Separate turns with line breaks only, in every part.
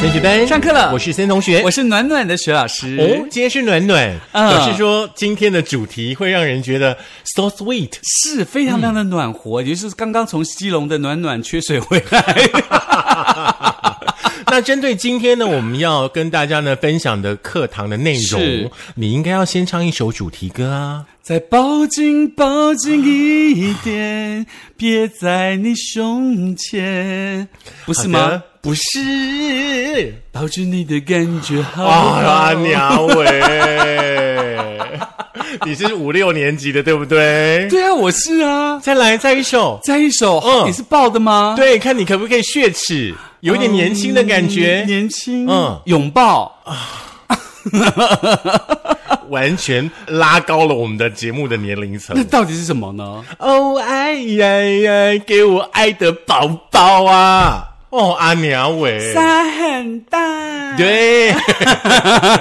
三学班
上课了
我是森同学，
我是暖暖的徐老师。
哦，今天是暖暖，
嗯
表示说今天的主题会让人觉得 so sweet。
是非常非常的暖
嗯
和，也就是刚刚从西隆的暖暖缺水回 来。啊
那针对今天呢，我们要跟大家呢分享的课堂的内容
是，
你应该要先唱一首主题歌啊。
再抱紧抱紧一点，别在你胸前，不是
好的
吗？？
不是，
抱着你的感觉好不好
哇，阿啊娘 喂，你是五六年级的对不对？
对啊，我是啊。
再来，再一首。
再一首，
嗯
你是抱的吗？，
对，看你可不可以血齿，有一点年轻的感觉。
年轻，
嗯
嗯，拥抱，
完全拉高了我们的节目的年龄
那
层。
到底是什么呢？
哦，哎呀呀，给我爱的宝宝啊！哦，阿娘喂，
沙很大，
对。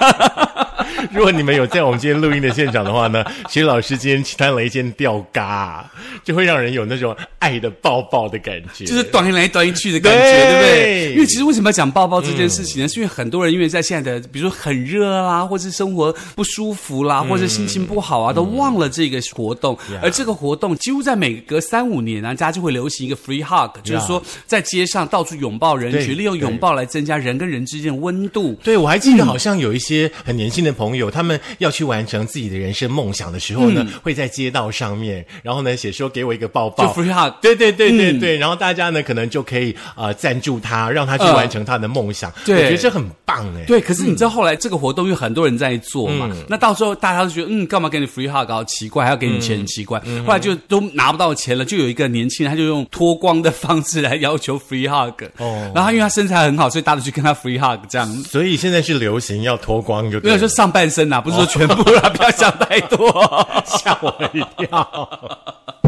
如果你们有在我们今天录音的现场的话呢，徐老师今天穿了一件吊嘎，就会让人有那种爱的抱抱的感觉。
就是短来短去的感觉，
对
对不对？因为其实为什么要讲抱抱这件事情呢？是因为很多人因为在现在的，比如说很热啊，或者生活不舒服啦，或者心情不好啊，都
嗯
忘了这个活动。而这个活动几乎在每隔三五年啊，大家就会流行一个 free hug，就是说在街上到处拥抱人
对
群，利用
对
拥抱来增加人跟人之间的温度。
对，我还记得好像有一些很年轻的朋友，他们要去完成自己的人生梦想的时候呢，
嗯
会在街道上面，然后呢写说给我一个抱抱
就 free hug
对对对对
嗯
对，然后大家呢可能就可以呃赞助他，让他去
呃
完成他的梦想。
对
我觉得这很棒哎。
对，可是你知道后来这个活动因为很多人在做嘛，
嗯
那到时候大家都觉得，嗯，干嘛给你 free hug 好奇怪，还要给你
嗯
钱很奇怪，后来就都拿不到钱了，就有一个年轻人他就用脱光的方式来要求 free hug，
哦
哦，然后他因为他身材很好，所以大家都去跟他 free hug 这样。
所以现在是流行要脱光就
没
对
有
了，
说上半身啊啦、不是说全部啦、不要想太多。
吓我一跳。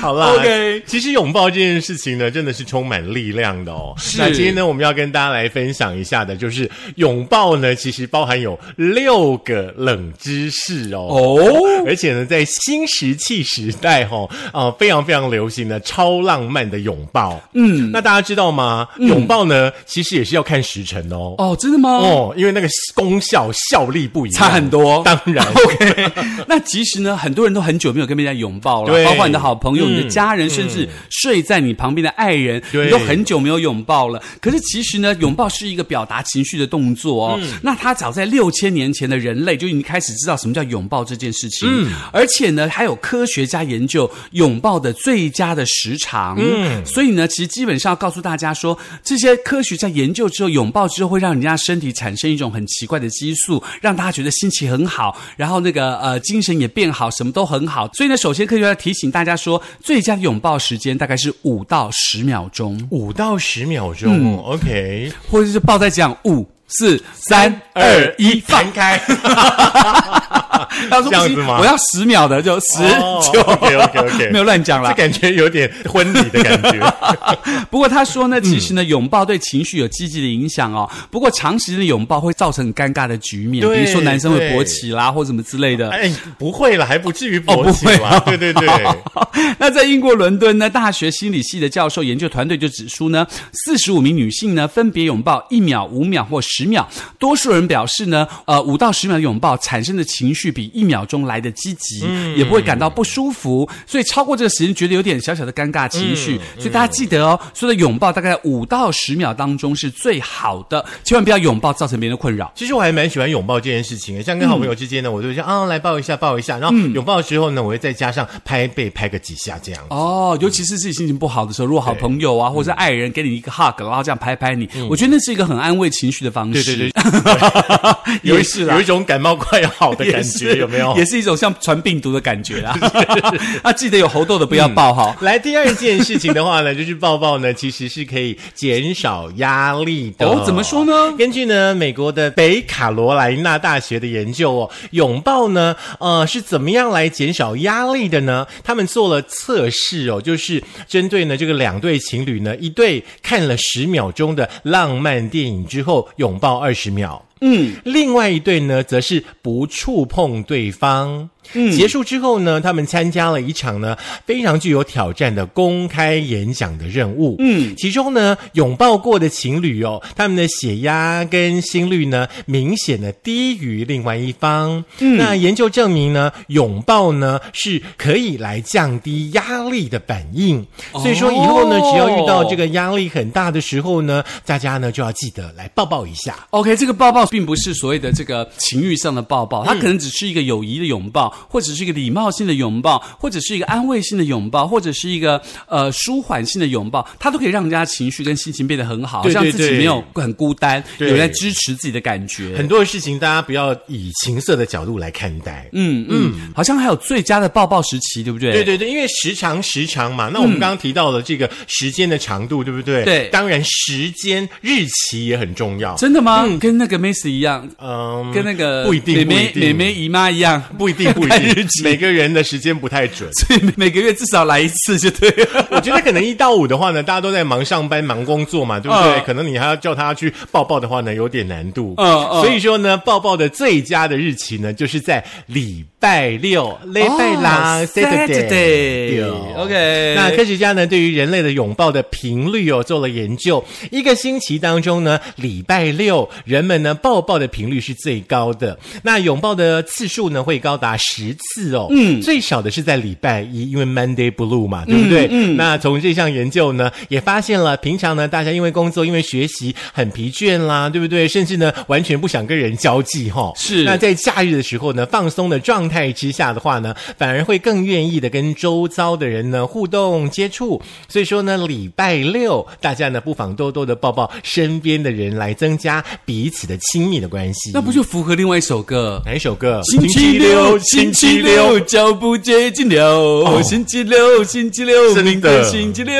好啦
OK
其实拥抱这件事情呢，真的是充满力量的哦。
是
那今天呢，我们要跟大家来分享一下的，就是拥抱呢，其实包含有六个冷知识哦。
哦，
而且呢，在新石器时代、哦，哈、啊，非常非常流行的超浪漫的拥抱。嗯，那大家知道吗？拥抱呢，其实也是要看时辰哦。
嗯哦，真的吗？
哦，嗯因为那个功效效力不一样，
差很多
当然
OK，那其实呢，很多人都很久没有跟别人家拥抱
对
了，包括你的好朋友、
嗯
你的家人，甚至睡在你旁边的爱人，
对
你都很久没有拥抱了。可是其实呢，拥抱是一个表达情绪的动作哦。那它早在六千年前的人类就已经开始知道什么叫拥抱这件事情，而且呢，还有科学家研究拥抱的最佳的时长。嗯，所以呢，其实基本上要告诉大家说，这些科学家研究之后，拥抱之后会让人家身体产生一种很奇怪的激素，让大家觉得心情很好，然后那个呃精神也变好，什么都很好。所以呢，首先科学家提醒大家说，最佳的拥抱时间大概是五到十秒钟，
五到十秒
嗯
钟、o k
或者是抱在讲五。四三
二
二一，
弹开，
他说
这样
不行
子吗
我要十秒的，就十九，
OK OK OK，
没有乱讲啦
哦这。感觉有点婚礼的感 觉。
不过他说呢，其实
嗯
呢，拥抱对情绪有积极的影响哦。不过长时间的拥抱会造成尴尬的局面，
对
比如说男生会
对
勃起啦，或什么之类的。
哎，不会了，还不至于
哦
勃起
不会
啦。
啊
对对对，
那在英国伦敦呢，大学心理系的教授研究团队就指出呢，四十五名女性呢分别拥抱一秒、五秒或十秒，多数人表示呢，呃，五到十秒的拥抱产生的情绪比一秒钟来的积极，
嗯
也不会感到不舒服，所以超过这个时间觉得有点小小的尴尬情
嗯
绪，所以大家记得哦，说的拥抱大概五到十秒当中是最好的，千万不要拥抱造成别人的困扰。
其实我还蛮喜欢拥抱这件事情的。像跟好朋友之间呢，我就会
嗯
说啊，来抱一下，抱一下。然后拥抱之后呢，我会再加上拍背拍个几下这样。
哦，尤其是自己心情不好的时候，如果好朋友啊，或者是爱人给你一个 hug，然后这样拍拍你，我觉得那是一个很安慰情绪的方
对
式。
嗯对对，
也
有一
是啦
有一种感冒快要好的
也
感
是
觉，有没有？
也是一种像传病毒的感觉 啦。啊，记得有猴痘的不
嗯
要抱哈。
来，第二件事情的话呢，就是抱抱呢，其实是可以减少压力的。
哦怎么说呢
根据呢美国的北卡罗来纳大学的研究哦，拥抱呢，呃，是怎么样来减少压力的呢？他们做了测试哦，就是针对呢这个两对情侣呢，一对看了十秒钟的浪漫电影之后拥抱二十秒。嗯，另外一对呢，则是不触碰对方。嗯，结束之后呢，他们参加了一场呢非常具有挑战的公开演讲的任务。嗯，其中呢，拥抱过的情侣哦，他们的血压跟心率呢明显的低于另外一方。嗯，那研究证明呢，拥抱呢是可以来降低压力的反应。所以说以后呢，
哦
只要遇到这个压力很大的时候呢，大家呢就要记得来抱抱一下。
OK，这个抱抱并不是所谓的这个情欲上的抱抱，
嗯
它可能只是一个友谊的拥抱，或者是一个礼貌性的拥抱，或者是一个安慰性的拥抱，或者是一个呃舒缓性的拥抱，它都可以让人家情绪跟心情变得很好，
对对
让自己
对
没有很孤单，有
对
人在支持自己的感觉。
很多的事情，大家不要以情色的角度来看待。嗯，
嗯嗯，好像还有最佳的抱抱时期，对不对？
对对对，因为时长时长嘛，那我们刚刚提到了这个时间的长度，对不对？
嗯对
当然时间日期也很重要。
真的吗？跟那个 Miss 一样，
嗯，
跟那个
不一定
妹
不一
妹
定
妹妹姨妈一样，
不一定不一
看日
定，
期
每个人的时间不太准。
所以每每个月至少来一次就对了。
我觉得可能一到五的话呢，大家都在忙上班、忙工作嘛，对不对？
嗯
可能你还要叫他去抱抱的话呢，有点难度。
嗯嗯
所以说呢，抱抱的最佳的日期呢，就是在礼拜六，礼拜啦、
哦
s a t u r d a y 对
OK
那科学家呢，对于人类的拥抱的频率哦做了研究。一个星期当中呢，礼拜六人们呢抱抱的频率是最高的，那拥抱的次数呢会高达十次哦。嗯，最少的是在礼拜一，因为 Monday Blue 嘛，对不对？嗯。那从这项研究呢，也发现了平常呢，大家因为工作、因为学习很疲倦啦，对不对？甚至呢，完全不想跟人交际哈、哦。
是
那在假日的时候呢，放松的状态之下的话呢，反而会更愿意的跟周遭的人呢互动接触。所以说呢，礼拜六大家呢不妨多多的抱抱身边的人，来增加彼此的亲密的关系。
那不就符合另外一首歌？
哪一首歌？
星期六，星期六，，哦脚步接近了。星期六，星期六，
真的
明天星期六。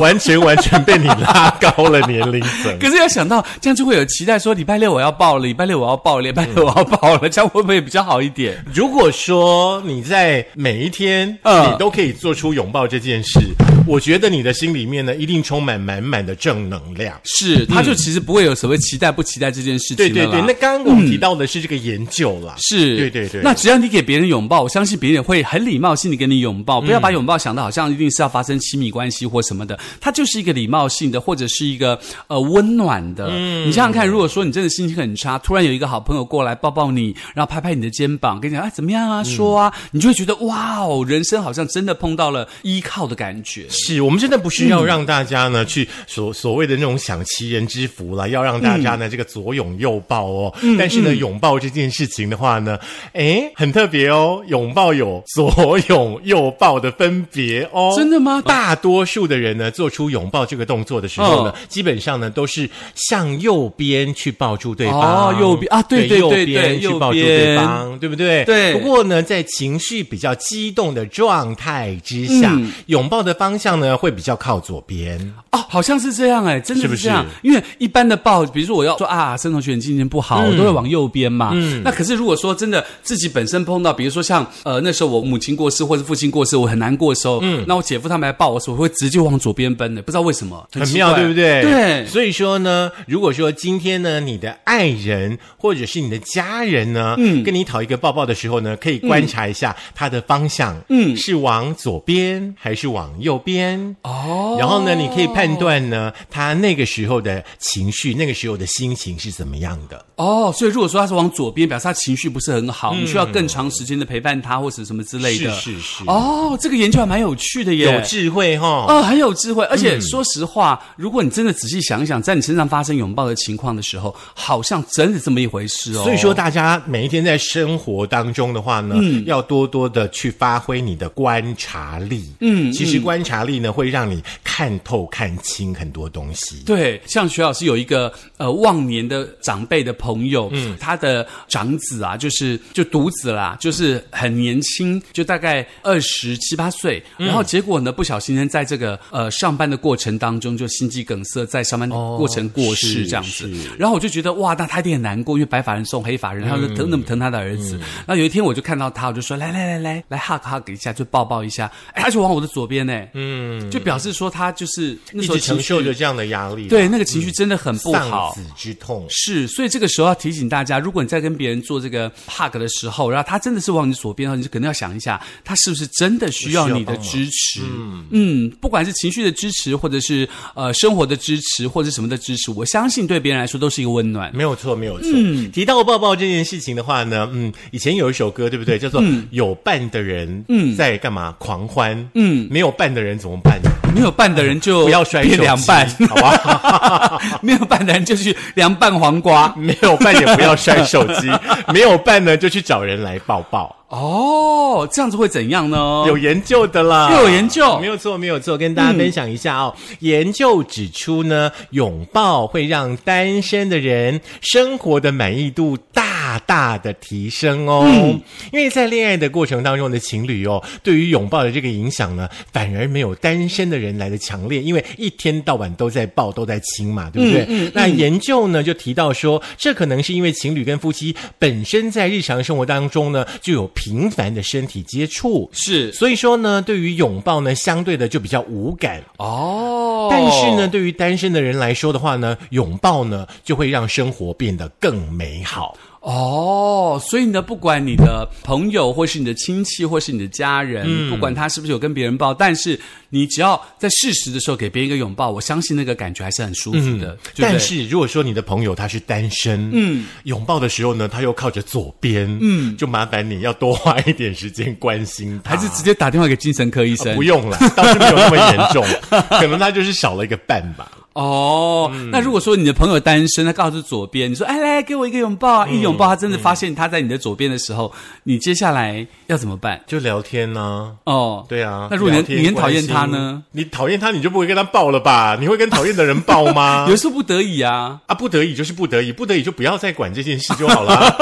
完全完全被你拉高了年龄层。
可是要想到这样，就会有期待，说礼拜六我要报了，礼拜六我要报了，礼拜六我要报了，这样会不会比较好一点？
如果说你在每一天，
嗯
你都可以做出拥抱这件事，我觉得你的心里面呢，一定充满满满的正能量。
是，他就其实不会有所谓期待不期待这件事情
对对
了啦嗯
对，那刚刚我们提到的是这个研究啦，
是，
对对对
那只要你给别人拥抱，我相信别人会很礼貌性的给你拥抱，
嗯
不要把拥抱想的好像一定是要发生亲密关系或什么的，它就是一个礼貌性的，或者是一个呃温暖的。
嗯
你想想看，如果说你真的心情很差，突然有一个好朋友过来抱抱你，然后拍拍你的肩膀，跟你讲啊怎么样啊，说啊，你就会觉得哇哦，人生好像真的碰到了依靠的感觉。
是我们真的不需要让大家
嗯
呢、去所所谓的那种享其人之福啦，要让大家
嗯
呢、这个左拥右抱哦。但是呢，拥抱这件事情的话呢，诶，很特别哦，拥抱有左拥右抱的分别哦。
真的吗
大多数的人呢，做出拥抱这个动作的时候呢，
哦
基本上呢都是向右边去抱住对方，
哦右边啊对对
右
对对
边去
右
抱住
边
对方，对不对？
对
不过。不过呢，在情绪比较激动的状态之下，
嗯
拥抱的方向呢会比较靠左边。
哦，好像是这样哎、真的
是不
是
是
这样。因为一般的抱，比如说我要说啊，森同学你今天不好，
嗯
我都会往右边嘛。那可是如果说真的自己本身碰到，比如说像呃那时候我母亲过世或是父亲过世，我很难过的时候，
嗯
那我姐夫他们来抱我的时候，我会直接往左边奔的，不知道为什么，
很
奇
妙，
怪
对不对？
对。
所以说呢，如果说今天呢，你的爱人或者是你的家人呢，嗯，跟你讨一个抱抱的时候呢，可以观察一下他的方向，嗯，是往左边还是往右边？
哦，
然后呢，你可以判断呢，他那个时候的情绪，那个时候的心情是怎么样的。
哦，所以如果说他是往左边，表示他情绪不是很好，你需要更长时间的陪伴他或者什么之类的。
嗯是是是
哦，这个研究还蛮有趣的耶，
有智慧哈、
哦，很有智慧，而
嗯
且说实话，如果你真的仔细想一想，在你身上发生拥抱的情况的时候，好像真是这么一回事哦。
所以说，大家每一天在生活当中的话呢，
嗯
要多多的去发挥你的观察力。嗯，其实观察力呢，会让你看透、看清很多东西。
对，像徐老师有一个呃忘年的长辈的朋友，嗯，他的长子啊，就是就独子啦，就是很年轻，就大概二十七八岁，
嗯
然后结果呢，不小心呢，在这个呃上班的过程当中就心肌梗塞，在上班过程过世
是
这样子。
哦是嗯
然后我就觉得哇，那他一定很难过，因为白发人送黑发人，他就疼那么疼他的儿子。那有一天我就看到他，我就说来来来来来 hug hug 一下，就抱抱一下，哎，他就往我的左边呢，嗯，就表示说他就是那
一
时候
直
情
承
绪
受着这样的压力，
对，那个情绪真的很不
嗯丧
好，
子之痛。
是，所以这个时候要提醒大家，如果你在跟别人做这个 hug 的时候，然后他真的是往你左边的话，你就可能要想一下，他是不是真的需要你的支持？嗯不管是情绪的支持，或者是呃生活的支持，或者什么的支持，我相信对别人来说都是一个温暖。
没有错，没有错。
嗯
提到抱抱这件事情的话呢，嗯，以前有一首歌，对不
嗯
对？叫做《有伴的人》，嗯，在干嘛？狂欢，嗯，没有伴的人怎么办呢？
没有伴的人 就
不要摔手
变
机，
凉拌，
好吧？
没有伴的人就去凉拌黄瓜。
没有伴也不要摔手机，没有伴呢就去找人来抱抱。
哦，这样子会怎样呢？
有研究的啦，
哦又有研究
没有错，没有错，跟大家分享一下哦。研究指出呢，拥抱会让单身的人生活的满意度大大的提升哦。
嗯
因为在恋爱的过程当中的情侣哦，对于拥抱的这个影响呢，反而没有单身的人来的强烈，因为一天到晚都在抱，都在亲嘛，对不
嗯
对？那研究呢就提到说，这可能是因为情侣跟夫妻本身在日常生活当中呢就有频繁的身体接触，
是
所以说呢，对于拥抱呢，相对的就比较无感。
哦，
但是呢，对于单身的人来说的话呢，拥抱呢就会让生活变得更美好。
哦，所以呢，不管你的朋友，或是你的亲戚，或是你的家人，
嗯
不管他是不是有跟别人抱，但是你只要在适时的时候给别人一个拥抱，我相信那个感觉还是很舒服的。对不对
嗯但是如果说你的朋友他是单身，嗯，拥抱的时候呢，他又靠着左边，嗯，就麻烦你要多花一点时间关心他。啊
还是直接打电话给精神科医生。
不用 了，倒是没有那么严重，可能他就是少了一个伴吧。
哦，那如果说你的朋友单身，他告诉左边，你说：“哎，来给我一个拥抱。”一拥抱，他真的发现他在你的左边的时候，你接下来要怎么办？
就聊天呢、
哦，
对啊，
那如果你
聊天
你很讨厌他
关心
呢？？？
你讨厌他，你就不会跟他抱了吧？你会跟讨厌的人抱吗
有时候不得已啊，
啊，不得已就是不得已，不得已就不要再管这件事就好 了，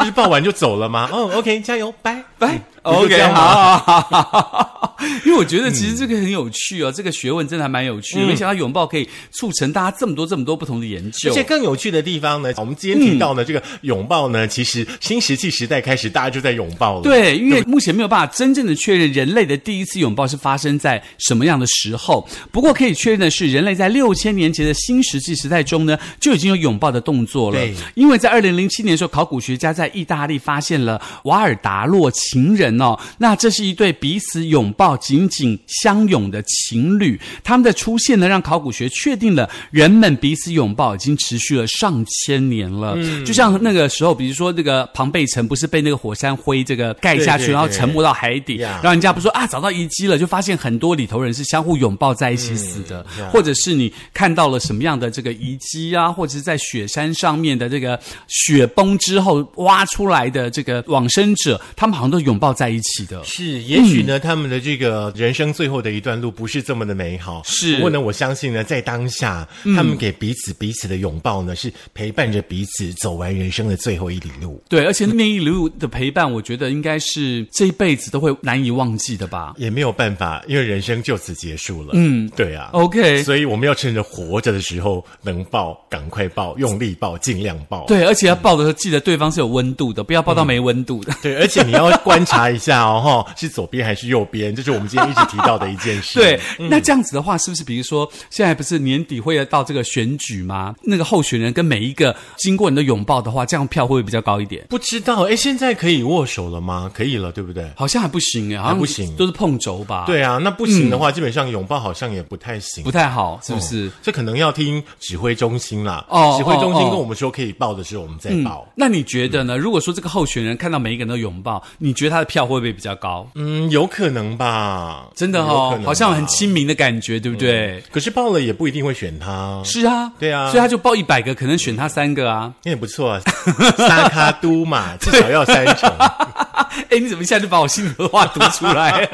就是抱完就走了嘛。哦，OK，加油，拜
拜
嗯不就这
哎，OK，
样吗
好好好好， 因为我觉得其实这个很有趣哦，这个学问真的还蛮有
嗯
趣的。没想到拥抱可以促成大家这么多这么多不同的研
而
究
且。更有趣的地方呢，我们今天提到呢，这个拥抱呢，其实新石器时代开始，大家就在拥抱了。
嗯对，因为目前没有办法真正的确认人类的第一次拥抱是发生在什么样的时候。不过可以确认的是，人类在六千年前的新石器时代中呢，就已经有拥抱的动作了
对。
因为在二零零七年的时候，考古学家在意大利发现了瓦尔达洛情人哦，那这是一对彼此拥抱、紧紧相拥的情侣。他们的出现呢，让考古学确定了人们彼此拥抱已经持续了上千年了。
嗯
就像那个时候，比如说那个庞贝城不是被那个火山灰这个盖下去，
对对
然后
对
沉没到海底，
呀
然后人家不是说啊找到遗迹了，就发现很多里头人是相互拥抱在一
嗯
起死的，或者是你看到了什么样的这个遗迹啊，或者是在雪山上面的这个雪崩之后挖出来的这个往生者，他们好像都拥抱在一起的。
是，也许呢，他们的这个人生最后的一段路不是这么的美好，
是嗯
不过呢，我相信呢，在当下，他们给彼此彼此的拥抱呢，是陪伴着彼此走完人生的最后一里路。
对，而且那一路的陪伴，我觉得应该是这一辈子都会难以忘记的吧。
也没有办法，因为人生就此结束了。嗯，对啊。
OK，
所以我们要趁着活着的时候能抱，赶快抱，用力抱，尽量抱。
对，而且要抱的时候记得对方是有温度的，不要抱到没温度的。
对，而且你要观察一下哦，哈， 是左边还是右边？这是我们今天一直提到的一件事。
对，那这样子的话，是不是比如说现在不是年底会要到这个选举吗？那个候选人跟每一个经过你的拥抱的话，这样票会不会比较高一点？
不知道哎，现在可以握手了吗？可以了，对不对？
好像还不行哎，好像
还不行
都是碰轴吧？，
对啊，那不行的话，基本上拥抱好像也不太行
嗯不。
哦
太好，是不是？
这可能要听指挥中心啦。
哦
指挥中
哦
心
哦
跟我们说可以抱的时候，我们再抱。
那你觉得呢？如果说这个候选人看到每一个人都拥抱，你觉得他的票会不会比较高？
嗯，有可能吧？
真的
有可
哦
能，吧
好像很亲民的感觉，对不对？
可是抱了也不一定会选他，
是啊，
对啊
所以他就报一百个，可能选他三个啊。
也不错啊， 沙卡都嘛， 至少要三成。
哎，你怎么一下就把我心里的话读出来？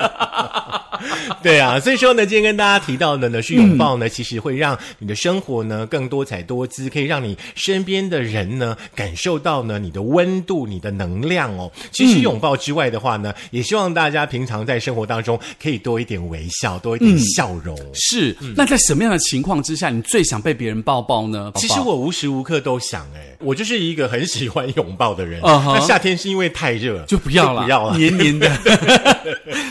对啊，所以说呢，今天跟大家提到的呢是拥抱呢，其 实会让你的生活呢更多彩多姿，可以让你身边的人呢感受到呢你的温度、你的能量哦。其实拥抱之外的话呢，也希望大家平常在生活当中可以多一点微笑，多一点笑容。
嗯是，
嗯
那在什么样的情况之下，你最想被别人抱抱呢？
其
宝
实
宝
我无时无刻都想哎、我就是一个很喜欢拥抱的人。
嗯哼
那夏天是因为太热，
就不要了，
不要了。
黏黏的。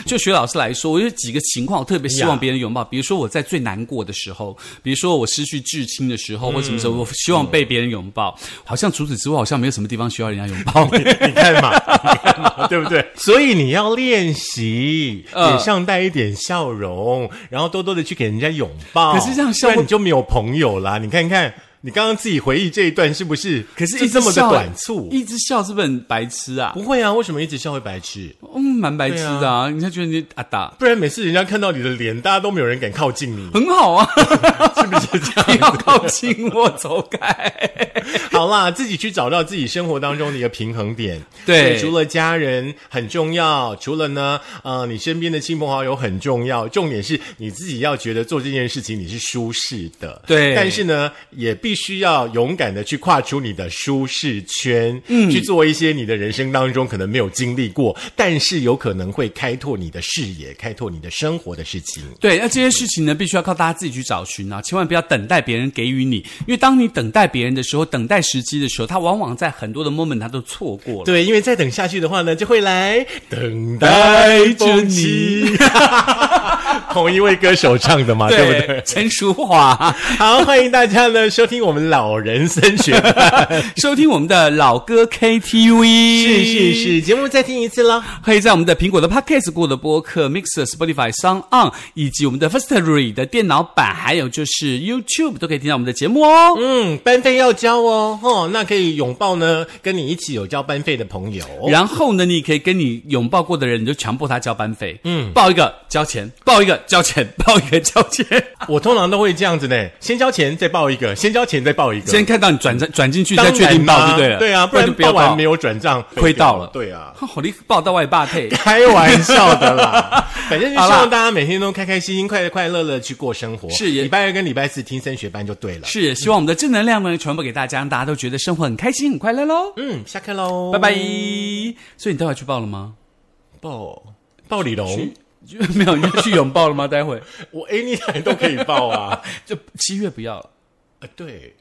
就徐老师来说，我有几个情况我特别希望别人拥抱，比如说我在最难过的时候，比如说我失去至亲的时候，或什么时候，我希望被别人拥抱。好像除此之外，好像没有什么地方需要人家拥 抱。
你看嘛，你看嘛，对不对？所以你要练习，
呃
脸上带一点笑容，然后多多的去给人家拥抱。
可是这样笑
不然
会
你就没有朋友啦。你看看，你刚刚自己回忆这一段是不是？
可是
就
一直
这么的
笑
短促，
一直笑是不是很白痴啊？
不会啊？为什么一直笑会白痴？
嗯，蛮白痴的啊！人家觉得你阿达
不然每次人家看到你的脸，大家都没有人敢靠近你。
很好啊， 是不是这样？ 不要靠近我，走开。
好啦，自己去找到自己生活当中的一个平衡点。
对
所以除了家人很重要，除了呢，呃，你身边的亲朋好友很重要，重点是你自己要觉得做这件事情你是舒适的。
对
但是呢，也必须要勇敢的去跨出你的舒适圈，嗯，去做一些你的人生当中可能没有经历过，但是有可能会开拓你的视野、开拓你的生活的事情。
对，那这些事情呢，必须要靠大家自己去找寻啊，千万不要等待别人给予你，因为当你等待别人的时候，等待时机的时候，他往往在很多的 moment 他都错过了。
对，因为再等下去的话呢，就会来等待着
风
你
起。
同一位歌手唱的嘛，对不对？
陈淑桦
好，欢迎大家呢收听我们老人森 学班，
收听我们的老歌 KTV，
是是，是，节目再听一次啦。
可以在我们的苹果的 Podcast、过的播客、Mixer、Spotify、s o n On，以及我们的 Firstory 的电脑版，还有就是 YouTube 都可以听到我们的节目哦。
嗯，班费要交哦，哦，那可以拥抱呢，跟你一起有交班费的朋友。
然后呢，你也可以跟你拥抱过的人，你就强迫他交班费，嗯，报一个交钱，报一个交钱，报一个交钱。
我通常都会这样子呢，先交钱再报一个，先交钱再报一个，
先看到你转账转进去
当
再
然
确定报
啦
就对了，
对啊，不
就
然
不要
报
报
完没。有转账
亏到了
对啊。
好，你报到外霸配。
开玩笑的啦， 反正就希
好
望
啦
大家每天都开开心心、快快乐乐去过生活。
是也
礼拜二跟礼拜四听升学班就对了。
是，希望我们的正能量呢传播给大家，让大家都觉得生活很开心、很快乐喽。
嗯，下课喽，
拜拜。所以你待会去报了吗？
抱抱李
嗯
龙，哎
去 没有，你要去拥 抱了吗？待会
我 any time 都可以抱啊。
就七月不要了。
呃，对。